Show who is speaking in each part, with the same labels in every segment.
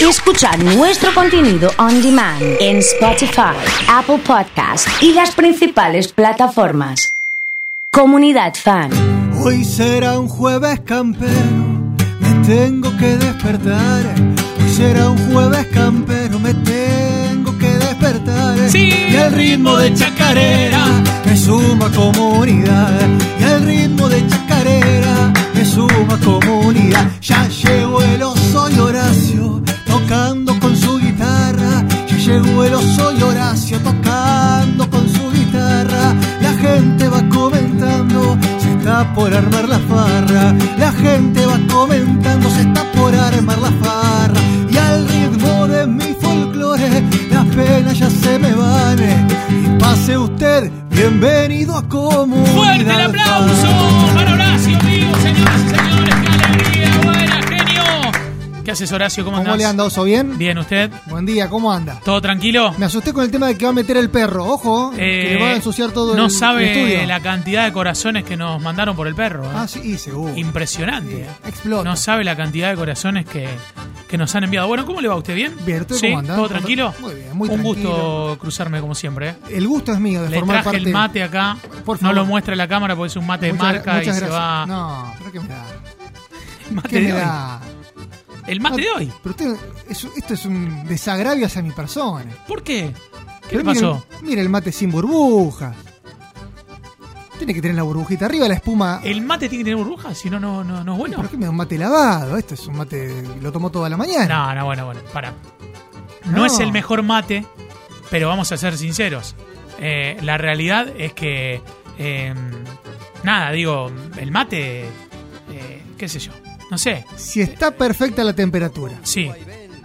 Speaker 1: y escuchar nuestro contenido on demand en Spotify, Apple Podcast y las principales plataformas. Comunidad Fan.
Speaker 2: Hoy será un jueves campero, me tengo que despertar. Hoy será un jueves campero, me tengo que despertar.
Speaker 3: Sí.
Speaker 2: Y el ritmo de chacarera me suma comunidad. Y el ritmo de chacarera me suma comunidad. Ya llegó el oso y Horacio tocando con su guitarra. Ya llegó el oso y Horacio tocando con su guitarra. La gente va comentando, se está por armar la farra. La gente va comentando, se está por armar la farra. Y al ritmo de mi folclore, las penas ya se me van. Y pase usted, bienvenido a Comunidad.
Speaker 3: Fuerte el aplauso para Horacio, mío, señoras y señores. ¡Qué alegría! ¡Buena, genio! ¿Qué haces, Horacio? ¿Cómo,
Speaker 2: ¿Cómo
Speaker 3: andás?
Speaker 2: le anda, oso? ¿Bien?
Speaker 3: Bien, ¿usted?
Speaker 2: Buen día, ¿cómo anda?
Speaker 3: ¿Todo tranquilo?
Speaker 2: Me asusté con el tema de que va a meter el perro. Ojo, que
Speaker 3: Eh,
Speaker 2: le va a ensuciar todo
Speaker 3: No
Speaker 2: el,
Speaker 3: sabe
Speaker 2: el estudio.
Speaker 3: la cantidad de corazones que nos mandaron por el perro. ¿eh?
Speaker 2: Ah, sí, y seguro.
Speaker 3: Impresionante. ¿eh?
Speaker 2: Explota.
Speaker 3: No sabe la cantidad de corazones que, que nos han enviado. Bueno, ¿cómo le va a usted? ¿Bien?
Speaker 2: Bien, ¿usted
Speaker 3: ¿Sí?
Speaker 2: cómo anda?
Speaker 3: ¿Todo tranquilo?
Speaker 2: Muy bien, muy
Speaker 3: Un
Speaker 2: tranquilo.
Speaker 3: gusto cruzarme como siempre. ¿eh?
Speaker 2: El gusto es mío de
Speaker 3: Le
Speaker 2: formar
Speaker 3: traje
Speaker 2: parte.
Speaker 3: el mate acá.
Speaker 2: Por
Speaker 3: no
Speaker 2: favor.
Speaker 3: lo muestra la cámara porque es un mate de
Speaker 2: Muchas gra-
Speaker 3: marca y
Speaker 2: muchas
Speaker 3: se
Speaker 2: gracias.
Speaker 3: va.
Speaker 2: No, pero ¿qué me da?
Speaker 3: Mate
Speaker 2: ¿Qué
Speaker 3: de
Speaker 2: me
Speaker 3: hoy.
Speaker 2: da?
Speaker 3: El mate
Speaker 2: No,
Speaker 3: de hoy.
Speaker 2: Pero usted, es- esto es un desagravio hacia mi persona.
Speaker 3: ¿Por qué? ¿Qué
Speaker 2: Pero
Speaker 3: le
Speaker 2: mire-
Speaker 3: pasó?
Speaker 2: Mire, el mate sin burbujas. Tiene que tener la burbujita arriba, la espuma.
Speaker 3: El mate tiene que tener burbujas, si no, no, no, Eh, no es
Speaker 2: ¿Pero
Speaker 3: bueno.
Speaker 2: qué me da un mate lavado? Esto es un mate. Lo tomó toda la mañana.
Speaker 3: No, no, bueno, bueno, para. No,
Speaker 2: No.
Speaker 3: es el mejor mate, pero vamos a ser sinceros. Eh, la realidad es que. eh, nada, digo, el mate. eh, ¿Qué sé yo? No sé.
Speaker 2: Si está perfecta la temperatura,
Speaker 3: Sí,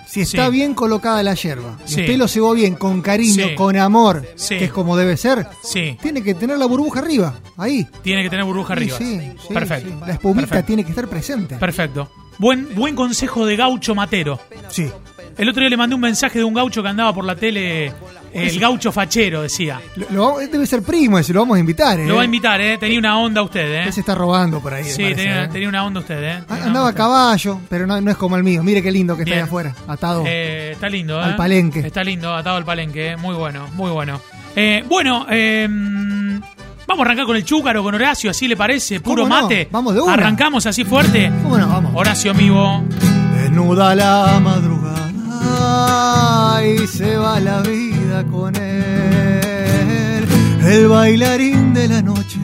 Speaker 2: si está
Speaker 3: Sí.
Speaker 2: bien colocada la hierba, y
Speaker 3: Sí.
Speaker 2: usted lo cebó bien, con cariño,
Speaker 3: Sí.
Speaker 2: con amor,
Speaker 3: Sí.
Speaker 2: que es como debe ser,
Speaker 3: sí.
Speaker 2: tiene que tener la burbuja arriba, ahí.
Speaker 3: Tiene que tener
Speaker 2: Sí,
Speaker 3: burbuja arriba.
Speaker 2: sí, sí,
Speaker 3: Perfecto.
Speaker 2: sí. La espumita
Speaker 3: Perfecto.
Speaker 2: tiene que estar presente.
Speaker 3: Perfecto. Buen, buen consejo de gaucho matero.
Speaker 2: Sí.
Speaker 3: El otro día le mandé un mensaje de un gaucho que andaba por la tele. El gaucho fachero decía.
Speaker 2: Lo- lo vamos- debe ser primo ese, lo vamos a invitar. ¿eh?
Speaker 3: Lo va a invitar, ¿eh? Tenía una onda usted,
Speaker 2: Ya
Speaker 3: ¿eh?
Speaker 2: se está robando por ahí. me
Speaker 3: Sí,
Speaker 2: parece,
Speaker 3: tenía,
Speaker 2: ¿eh?
Speaker 3: tenía una onda usted, ¿eh?
Speaker 2: Ah,
Speaker 3: Tenía una
Speaker 2: Andaba
Speaker 3: onda
Speaker 2: a caballo, pero no, no es como el mío. Mire qué lindo que está
Speaker 3: Bien.
Speaker 2: ahí afuera, atado.
Speaker 3: usted. Eh, está lindo, ¿eh?
Speaker 2: Al palenque.
Speaker 3: Está lindo, atado al palenque, ¿eh? Muy bueno, muy bueno. Eh, bueno, eh, vamos a arrancar con el chúcaro, con Horacio, así le parece, puro
Speaker 2: ¿Cómo no?
Speaker 3: mate.
Speaker 2: Vamos de una.
Speaker 3: Arrancamos así fuerte.
Speaker 2: Bueno, vamos.
Speaker 3: Horacio Mivo.
Speaker 2: Desnuda la madrugada y se va la vida con él. El bailarín de la noche,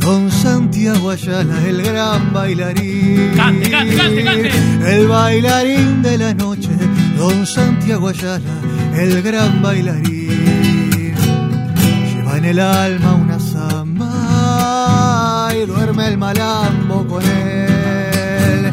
Speaker 2: don Santiago Ayala, el gran bailarín.
Speaker 3: Cante, cante, cante, cante.
Speaker 2: El bailarín de la noche, don Santiago Ayala, el gran bailarín. Lleva en el alma una samba y duerme el malambo con él.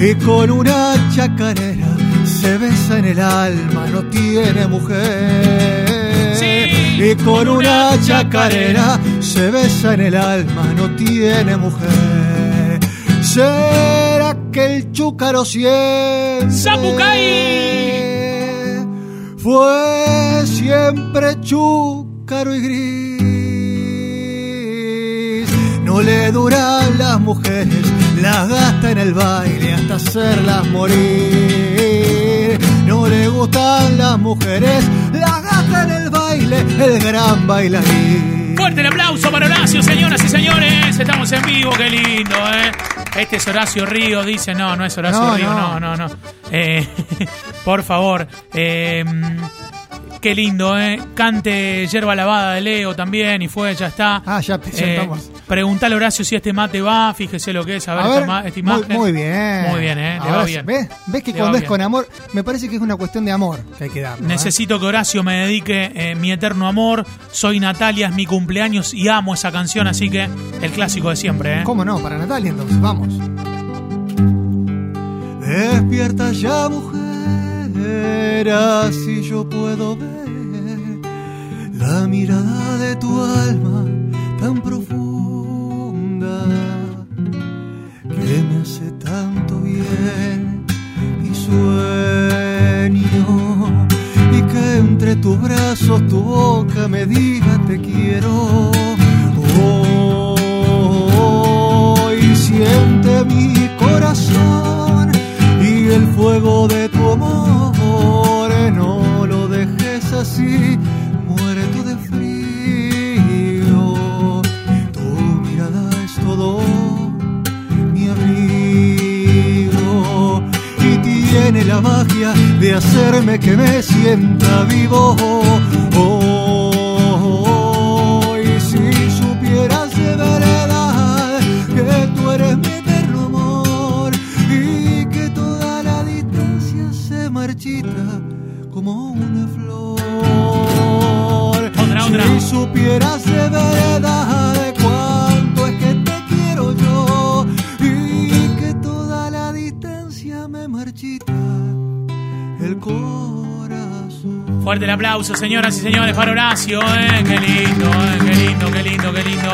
Speaker 2: Y con una chacarera se besa en el alma, no tiene mujer.
Speaker 3: Sí,
Speaker 2: y con una chacarera se besa en el alma, no tiene mujer. ¿Será que el chúcaro siempre
Speaker 3: ¡Zapucay!
Speaker 2: fue siempre chúcaro y gris. No le duran las mujeres, las gasta en el baile hasta hacerlas morir. No le gustan las mujeres, las gasta en el baile, el gran bailarín.
Speaker 3: Fuerte el aplauso para Horacio, señoras y señores. Estamos en vivo, qué lindo, ¿eh? Este es Horacio Río, dice. No, no es Horacio
Speaker 2: No,
Speaker 3: Río, no,
Speaker 2: no.
Speaker 3: no, no. Eh, por favor. eh, qué lindo, ¿eh? Cante Yerba Lavada de Leo también y fue, ya está. Eh,
Speaker 2: Ah, ya, ya estamos.
Speaker 3: Preguntale a Horacio si este mate va, fíjese lo que es. A ver,
Speaker 2: A
Speaker 3: esta
Speaker 2: ver,
Speaker 3: ma- esta
Speaker 2: muy,
Speaker 3: imagen.
Speaker 2: muy bien.
Speaker 3: Muy bien, ¿eh? Le
Speaker 2: Ahora
Speaker 3: va
Speaker 2: sí,
Speaker 3: bien.
Speaker 2: ¿Ves? ¿Ves que
Speaker 3: Le
Speaker 2: cuando
Speaker 3: va
Speaker 2: es
Speaker 3: bien.
Speaker 2: con amor, me parece que es una cuestión de amor que hay que ¿eh? dar.
Speaker 3: Necesito que Horacio me dedique eh, mi eterno amor. Soy Natalia, es mi cumpleaños y amo esa canción, así que el clásico de siempre, ¿eh?
Speaker 2: ¿Cómo no? Para Natalia, entonces, vamos. Despierta ya, mujer, así yo puedo ver la mirada de tu alma tan profunda que me hace tanto bien y sueño y que entre tus brazos tu boca me diga te quiero hoy siente mi corazón y el fuego de tu amor así, muerto de frío. Tu mirada es todo mi abrigo y tiene la magia de hacerme que me sienta vivo. Hoy si supieras de verdad que tú eres mi eterno amor y que toda la distancia se marchita como una flor.
Speaker 3: Otra,
Speaker 2: Si
Speaker 3: otra.
Speaker 2: supieras de verdad cuánto es que te quiero yo y que toda la distancia me marchita el corazón.
Speaker 3: Fuerte el aplauso, señoras y señores, para Horacio. ¿eh? Qué lindo, ¿eh? qué lindo, qué lindo, qué lindo.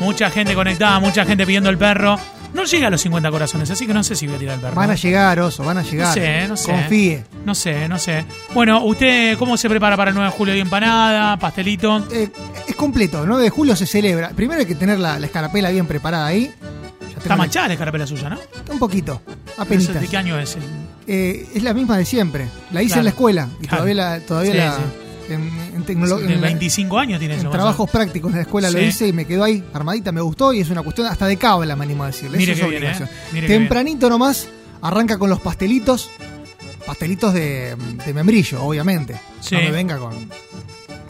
Speaker 3: Mucha gente conectada, mucha gente pidiendo el perro. No llega a los 50 corazones, así que no sé si voy a tirar el perro.
Speaker 4: Van a llegar, oso, van a
Speaker 3: no
Speaker 4: llegar.
Speaker 3: sé, no sé.
Speaker 4: Confíe.
Speaker 3: No sé, no sé. Bueno, ¿usted cómo se prepara para el 9 de julio? ¿Y empanada, pastelito?
Speaker 4: Eh, es completo, ¿no? De julio se celebra. Primero hay que tener la, la escarapela bien preparada ahí. Ya
Speaker 3: Está
Speaker 4: tengo-
Speaker 3: manchada la escarapela suya, ¿no?
Speaker 4: Está un poquito,
Speaker 3: No sé
Speaker 4: apenas.
Speaker 3: ¿De qué año es? el-
Speaker 4: es la misma de siempre. La hice
Speaker 3: Claro.
Speaker 4: en la escuela y
Speaker 3: Claro.
Speaker 4: todavía la. Todavía
Speaker 3: Sí,
Speaker 4: la En, en tecnolo-
Speaker 3: De
Speaker 4: en la-
Speaker 3: 25 años tiene
Speaker 4: en
Speaker 3: eso. Gonzalo.
Speaker 4: trabajos prácticos en la escuela lo
Speaker 3: Sí.
Speaker 4: hice y me quedó ahí armadita, me gustó y es una cuestión hasta de cábala, me animo a decirle.
Speaker 3: Mire
Speaker 4: Eso
Speaker 3: qué
Speaker 4: es
Speaker 3: bien,
Speaker 4: obligación.
Speaker 3: ¿eh? Mire qué bien.
Speaker 4: Tempranito nomás, arranca con los pastelitos. Pastelitos de, de membrillo, obviamente.
Speaker 3: Sí.
Speaker 4: No me venga con,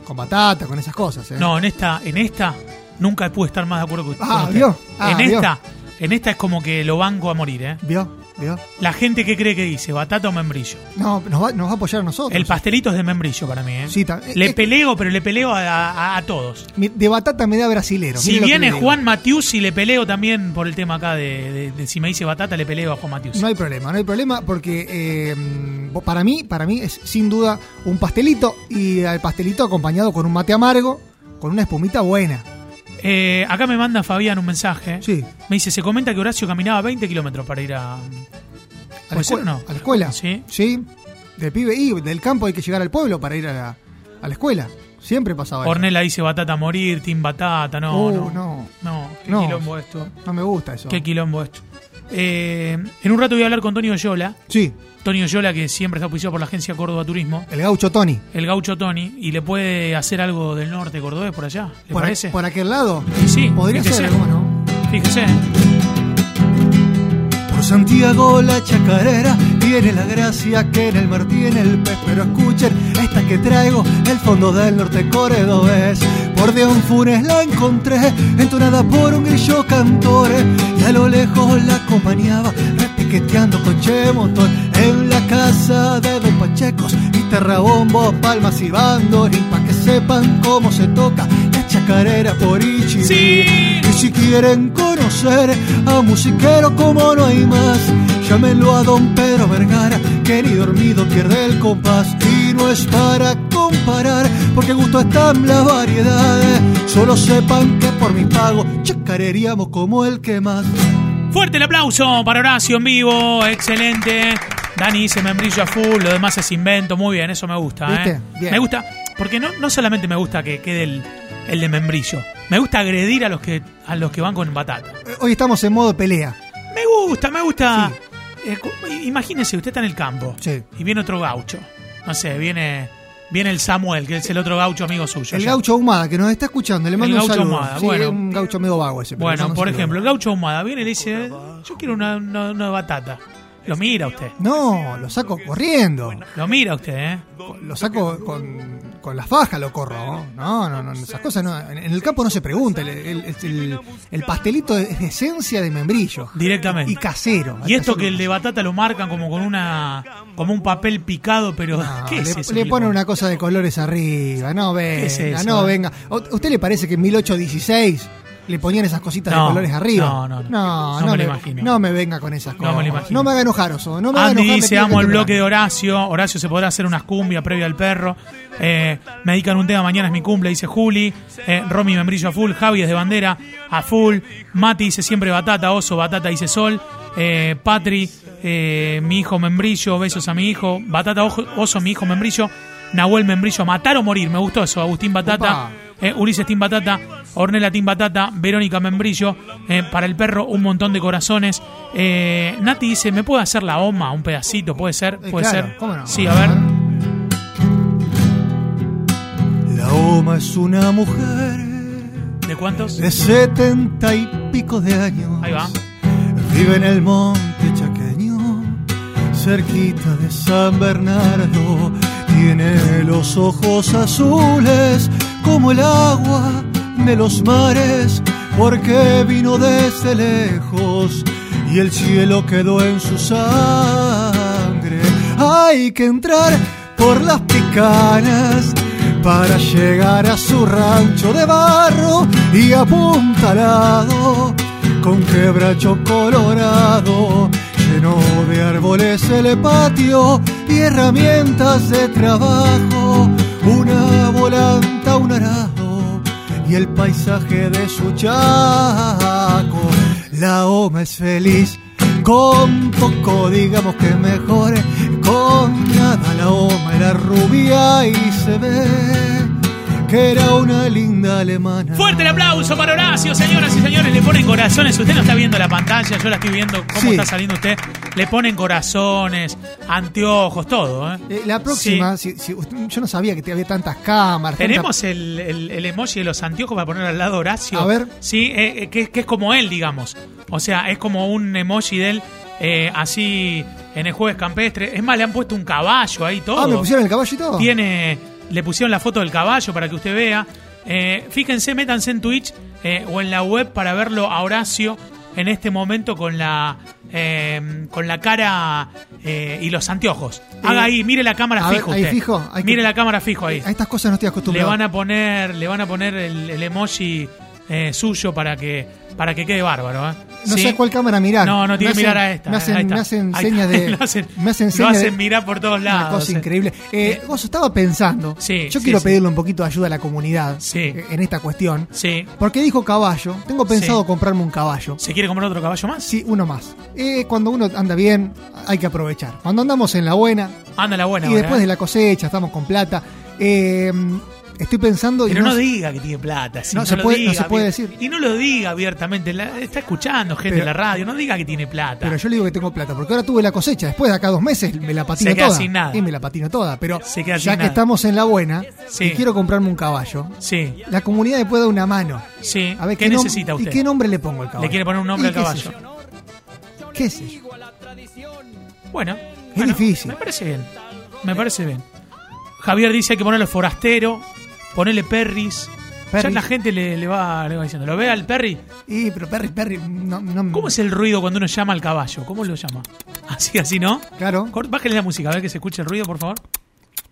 Speaker 4: con batata, con esas cosas. ¿eh?
Speaker 3: No, en esta, en esta nunca pude estar más de acuerdo con con
Speaker 4: Ah,
Speaker 3: usted.
Speaker 4: vio. Ah,
Speaker 3: en
Speaker 4: vio.
Speaker 3: esta, en esta es como que lo banco a morir, ¿eh?
Speaker 4: ¿Vio? ¿Vio?
Speaker 3: La gente que cree que dice batata o membrillo.
Speaker 4: No, nos va, nos va a apoyar a nosotros.
Speaker 3: El pastelito es de membrillo para mí, ¿eh?
Speaker 4: Sí, ta-
Speaker 3: le
Speaker 4: eh,
Speaker 3: peleo, pero le peleo a, a- a todos.
Speaker 4: Mi- De batata me da brasilero.
Speaker 3: Si
Speaker 4: mire lo que
Speaker 3: viene
Speaker 4: le digo.
Speaker 3: Juan Matiusi, le peleo también por el tema acá de, de- de si me dice batata, le peleo a Juan Matiusi.
Speaker 4: No hay problema, no hay problema porque eh, mm, para mí, para mí es sin duda un pastelito y al pastelito acompañado con un mate amargo, con una espumita buena.
Speaker 3: Eh, acá me manda Fabián un mensaje.
Speaker 4: Sí.
Speaker 3: Me dice, se comenta que Horacio caminaba 20 kilómetros para ir a...
Speaker 4: A la,
Speaker 3: ¿Puede ser
Speaker 4: escue-
Speaker 3: o no?
Speaker 4: a la escuela.
Speaker 3: Sí.
Speaker 4: Sí. Del pibe y del campo hay que llegar al pueblo para ir a la, a la escuela. Siempre pasaba eso.
Speaker 3: Ornella dice batata a morir, Tim Batata, no,
Speaker 4: Uh,
Speaker 3: no.
Speaker 4: no.
Speaker 3: No, qué
Speaker 4: No.
Speaker 3: quilombo esto.
Speaker 4: No me gusta eso.
Speaker 3: Qué quilombo esto. Eh, en un rato voy a hablar con Tony Oyola.
Speaker 4: Sí,
Speaker 3: Tony Oyola, que siempre está auspiciado por la agencia Córdoba Turismo.
Speaker 4: el gaucho Tony.
Speaker 3: El gaucho Tony. Y le puede hacer algo del norte cordobés por allá. ¿Le
Speaker 4: Por, a-
Speaker 3: parece?
Speaker 4: por aquel lado.
Speaker 3: Sí,
Speaker 4: Podría
Speaker 3: fíjese.
Speaker 4: ser, ¿cómo no?
Speaker 3: Fíjese.
Speaker 2: Por Santiago la chacarera tiene la gracia que en el mar tiene el pez. Pero escuchen esta que traigo del fondo del norte cordobés. Por Deón Funes la encontré, entonada por un grillo cantor. Y a lo lejos la acompañaba, repiqueteando coche montón. En la casa de Don Pachecos, guitarra, bombo, palmas y bandorín. Pa' que sepan cómo se toca la chacarera por Ichi.
Speaker 3: Sí.
Speaker 2: Y si quieren conocer a un musiquero como no hay más, llámenlo a don Pedro Vergara, que ni dormido pierde el compás. Y no es para comparar, porque gusto están las variedades. Solo sepan que por mi pago chacareríamos como el que más.
Speaker 3: Fuerte el aplauso para Horacio en vivo. Excelente. Dani dice membrillo a full. Lo demás es invento. Muy bien, eso me gusta.
Speaker 4: ¿Viste?
Speaker 3: ¿eh?
Speaker 4: Bien.
Speaker 3: Me gusta. Porque no, no solamente me gusta que quede el, el de membrillo. Me gusta agredir a los que, a los que van con batata.
Speaker 4: Eh, Hoy estamos en modo pelea.
Speaker 3: Me gusta, me gusta. Eh, cu- imagínese, usted está en el campo
Speaker 4: Sí.
Speaker 3: y viene otro gaucho. No sé, viene, viene el Samuel, que es el otro gaucho amigo suyo.
Speaker 4: El
Speaker 3: ya.
Speaker 4: gaucho Ahumada, que nos está escuchando, le mando
Speaker 3: El
Speaker 4: un
Speaker 3: gaucho
Speaker 4: saludo.
Speaker 3: ahumada,
Speaker 4: Sí,
Speaker 3: bueno.
Speaker 4: es un gaucho medio vago ese. pero le
Speaker 3: Bueno,
Speaker 4: mando un
Speaker 3: por
Speaker 4: saludo.
Speaker 3: ejemplo, el gaucho ahumada viene y le dice, yo quiero una, una- una batata. Lo mira usted,
Speaker 4: No, lo saco corriendo.
Speaker 3: lo mira usted, ¿eh?
Speaker 4: Lo saco con, con la faja, lo corro. ¿no? No, no, no, esas cosas no. En, en el campo no se pregunta. El, el- el- el pastelito es de esencia de membrillo.
Speaker 3: Directamente.
Speaker 4: Y casero.
Speaker 3: Y esto
Speaker 4: Casero.
Speaker 3: que el de batata lo marcan como con una como un papel picado, pero
Speaker 4: No,
Speaker 3: ¿qué es
Speaker 4: le,
Speaker 3: eso?
Speaker 4: le
Speaker 3: que
Speaker 4: ponen una cosa de colores arriba. No venga,
Speaker 3: es eso,
Speaker 4: no
Speaker 3: eh?
Speaker 4: venga. ¿A usted le parece que en 1816 le ponían esas cositas
Speaker 3: No,
Speaker 4: de colores arriba?
Speaker 3: no, no, no.
Speaker 4: No,
Speaker 3: No me
Speaker 4: no
Speaker 3: lo
Speaker 4: me,
Speaker 3: imagino.
Speaker 4: no me venga con esas
Speaker 3: No
Speaker 4: cosas.
Speaker 3: me lo imagino.
Speaker 4: haga enojar, Oso. No me haga
Speaker 3: Andy
Speaker 4: enojar. me
Speaker 3: dice,
Speaker 4: tiene
Speaker 3: amo
Speaker 4: que
Speaker 3: el
Speaker 4: temprano".
Speaker 3: bloque de Horacio. Horacio se podrá hacer unas cumbias previa al perro. Eh, me dedican un tema, mañana es mi cumple, dice Juli. Eh, Romy Membrillo a full, Javi es de bandera a full. Mati dice siempre batata, oso, batata dice sol. Eh, Patri, eh, mi hijo Membrillo, besos a mi hijo. Batata, ojo- oso, mi hijo Membrillo. Nahuel Membrillo, matar o morir, me gustó eso. Agustín Batata,
Speaker 4: Opa.
Speaker 3: eh, Ulises Tim Batata, Ornella Tim Batata, Verónica Membrillo, eh, para el perro un montón de corazones. Eh, Nati dice, ¿me puede hacer la OMA un pedacito? ¿Puede ser?
Speaker 4: Eh,
Speaker 3: ¿Puede
Speaker 4: claro,
Speaker 3: ser?
Speaker 4: ¿cómo no?
Speaker 3: Sí, a ver.
Speaker 2: Paloma es una mujer
Speaker 3: ¿De cuántos?
Speaker 2: de setenta y pico de años.
Speaker 3: Ahí va.
Speaker 2: Vive en el monte chaqueño, cerquita de San Bernardo. Tiene los ojos azules como el agua de los mares, porque vino desde lejos y el cielo quedó en su sangre. Hay que entrar por las picanas para llegar a su rancho de barro y apuntalado con quebracho colorado, lleno de árboles el patio y herramientas de trabajo, una volanta, un arado y el paisaje de su chaco. La OMA es feliz con poco, digamos que mejor, con nada la OMA era rubia y se ve que era una linda alemana.
Speaker 3: Fuerte el aplauso para Horacio, señoras y señores. Le ponen corazones. Usted no está viendo la pantalla, yo la estoy viendo cómo
Speaker 4: Sí.
Speaker 3: está saliendo usted. Le ponen corazones, anteojos, todo. ¿eh?
Speaker 4: Eh, la próxima, si- si usted- yo no sabía que te- había tantas cámaras. tanta-
Speaker 3: Tenemos el, el- el emoji de los anteojos para poner al lado a Horacio.
Speaker 4: A ver.
Speaker 3: Sí, eh, eh, que, que es como él, digamos. O sea, es como un emoji de él eh, así en el jueves campestre. Es más, le han puesto un caballo ahí todo.
Speaker 4: Ah, me pusieron el caballo y todo.
Speaker 3: Tiene, le pusieron la foto del caballo para que usted vea. Eh, fíjense, métanse en Twitch eh, o en la web para verlo a Horacio en este momento con la eh, con la cara eh, y los anteojos. Haga
Speaker 4: Eh,
Speaker 3: ahí, mire la cámara
Speaker 4: a ver,
Speaker 3: fijo.
Speaker 4: ahí
Speaker 3: usted.
Speaker 4: fijo, hay que-
Speaker 3: mire la cámara fijo ahí.
Speaker 4: A estas cosas no estoy
Speaker 3: Le
Speaker 4: acostumbrado.
Speaker 3: van a poner, le van a poner el, el emoji eh, suyo para que para que quede bárbaro. ¿eh?
Speaker 4: No
Speaker 3: Sí.
Speaker 4: sé a cuál cámara mirar.
Speaker 3: No, no tiene
Speaker 4: Me
Speaker 3: que mirar
Speaker 4: hacen-
Speaker 3: a esta. eh,
Speaker 4: Me hacen,
Speaker 3: ahí está.
Speaker 4: me hacen
Speaker 3: Ahí está.
Speaker 4: señas de.
Speaker 3: lo hacen,
Speaker 4: me hacen
Speaker 3: lo
Speaker 4: señas
Speaker 3: hacen
Speaker 4: de-
Speaker 3: mirar por todos lados.
Speaker 4: Una cosa
Speaker 3: eh.
Speaker 4: increíble. Eh, vos estaba pensando.
Speaker 3: Sí,
Speaker 4: yo
Speaker 3: sí,
Speaker 4: quiero
Speaker 3: sí.
Speaker 4: pedirle un poquito de ayuda a la comunidad
Speaker 3: Sí.
Speaker 4: eh, en esta cuestión.
Speaker 3: Sí.
Speaker 4: Porque dijo caballo. Tengo pensado
Speaker 3: Sí.
Speaker 4: comprarme un caballo.
Speaker 3: ¿Se quiere comprar otro caballo más?
Speaker 4: Sí, uno más. Eh, cuando uno anda bien, hay que aprovechar. Cuando andamos en la buena,
Speaker 3: Anda la buena.
Speaker 4: y
Speaker 3: ahora,
Speaker 4: después
Speaker 3: ¿eh?
Speaker 4: de la cosecha, estamos con plata. eh, estoy pensando. y
Speaker 3: Pero no,
Speaker 4: sé-
Speaker 3: diga que tiene plata. si
Speaker 4: No,
Speaker 3: no,
Speaker 4: se
Speaker 3: lo
Speaker 4: puede- no
Speaker 3: diga
Speaker 4: se puede
Speaker 3: abier-
Speaker 4: decir.
Speaker 3: Y no lo diga abiertamente. la- está escuchando gente
Speaker 4: Pero-
Speaker 3: en la radio. No diga que tiene plata.
Speaker 4: Pero yo le digo que tengo plata, porque ahora tuve la cosecha, después de acá dos meses me la patino
Speaker 3: Se queda
Speaker 4: toda.
Speaker 3: sin nada.
Speaker 4: Y me la patino toda, pero
Speaker 3: Se
Speaker 4: ya
Speaker 3: queda sin
Speaker 4: que
Speaker 3: nada.
Speaker 4: estamos en la buena
Speaker 3: Sí.
Speaker 4: y quiero comprarme un caballo,
Speaker 3: sí,
Speaker 4: la comunidad me puede dar una mano.
Speaker 3: sí.
Speaker 4: A ver,
Speaker 3: ¿Qué,
Speaker 4: nom-
Speaker 3: necesita
Speaker 4: ¿Y
Speaker 3: usted?
Speaker 4: qué nombre le pongo al caballo?
Speaker 3: ¿Le quiere poner un
Speaker 4: Y
Speaker 3: nombre al
Speaker 4: qué sé
Speaker 3: caballo?
Speaker 4: yo. ¿Qué sé yo?
Speaker 3: Bueno, bueno,
Speaker 4: difícil.
Speaker 3: Me parece bien. Me parece bien. Javier dice hay que ponerle forastero, ponerle perris. Ya
Speaker 4: Perris.
Speaker 3: la gente le, le va, le va diciendo, ¿lo ve al perry?
Speaker 4: Y, pero Perry, Perry, no, no-
Speaker 3: ¿Cómo es el ruido cuando uno llama al caballo? ¿Cómo lo llama? Así, así, ¿no?
Speaker 4: Claro.
Speaker 3: Cor- Bájale la música, a ver que se escuche el ruido, por favor.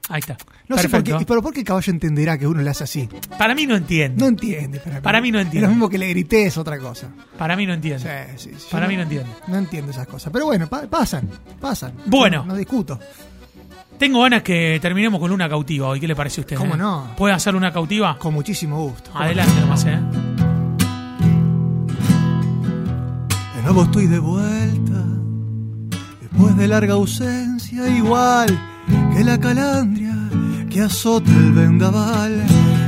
Speaker 3: Ahí está.
Speaker 4: No sé por
Speaker 3: Perfecto.
Speaker 4: qué, pero ¿por qué el caballo entenderá que uno le hace así?
Speaker 3: Para mí no entiende.
Speaker 4: No entiende. Para mí,
Speaker 3: Para mí no entiende.
Speaker 4: Es lo mismo que le grité es otra cosa.
Speaker 3: Para mí no
Speaker 4: Sí,
Speaker 3: entiende.
Speaker 4: sí, sí. Yo
Speaker 3: Para mí no entiende.
Speaker 4: No entiendo esas cosas. Pero bueno, pa- pasan, pasan.
Speaker 3: Bueno.
Speaker 4: No, no discuto.
Speaker 3: Tengo ganas que terminemos con una cautiva hoy. ¿Qué le parece a usted? eh?
Speaker 4: ¿Cómo no?
Speaker 3: ¿Puede hacer una cautiva?
Speaker 4: Con muchísimo gusto.
Speaker 3: Adelante nomás, ¿eh?
Speaker 2: De nuevo estoy de vuelta, después de larga ausencia, igual que la calandria que azota el vendaval.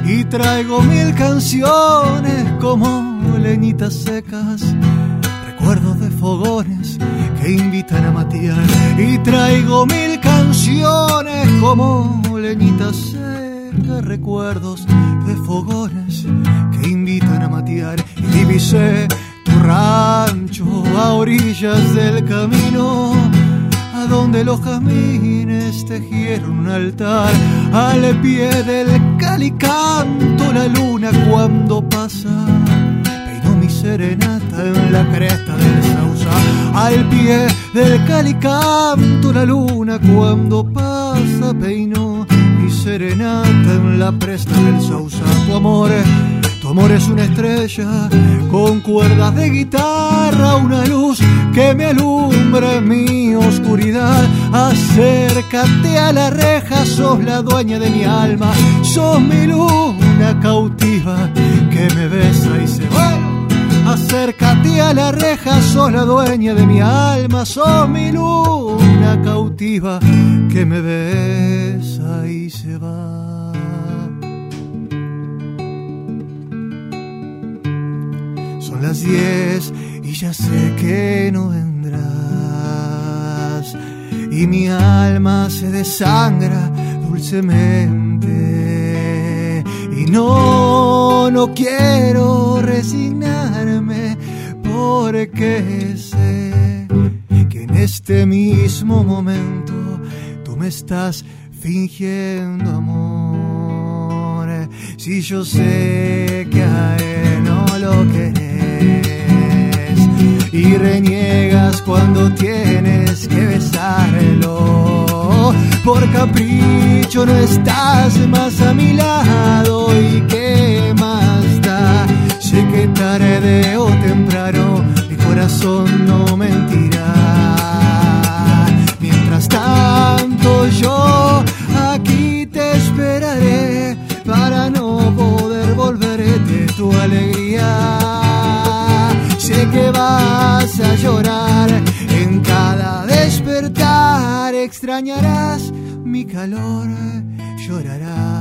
Speaker 2: Y traigo mil canciones como leñitas secas, recuerdos de fogones que invitan a matear. Y traigo mil canciones como leñitas secas, recuerdos de fogones que invitan a matear. Y divisé tu rancho a orillas del camino, a donde los camines tejieron un altar, al pie del calicanto la luna cuando pasa, peinó mi serenata en la cresta del sausa, al pie del calicanto la luna cuando pasa, peinó mi serenata en la presta del sausa, tu amor tu amor es una estrella con cuerdas de guitarra, una luz que me alumbra en mi oscuridad. Acércate a la reja, sos la dueña de mi alma, sos mi luna cautiva que me besa y se va. Acércate a la reja, sos la dueña de mi alma, sos mi luna cautiva que me besa y se va. Son las 10 y ya sé que no vendrás. Y mi alma se desangra dulcemente. Y no, no quiero resignarme porque sé que en este mismo momento tú me estás fingiendo amor. Si yo sé que a él no lo querés y reniegas cuando tienes que besarlo, por capricho no estás más a mi lado y qué más da. Sé que tarde o temprano mi corazón no mentirá. Mientras tanto yo aquí te esperaré para no poder volverte tu alegría. Sé que vas a llorar en cada despertar, extrañarás mi calor, llorarás.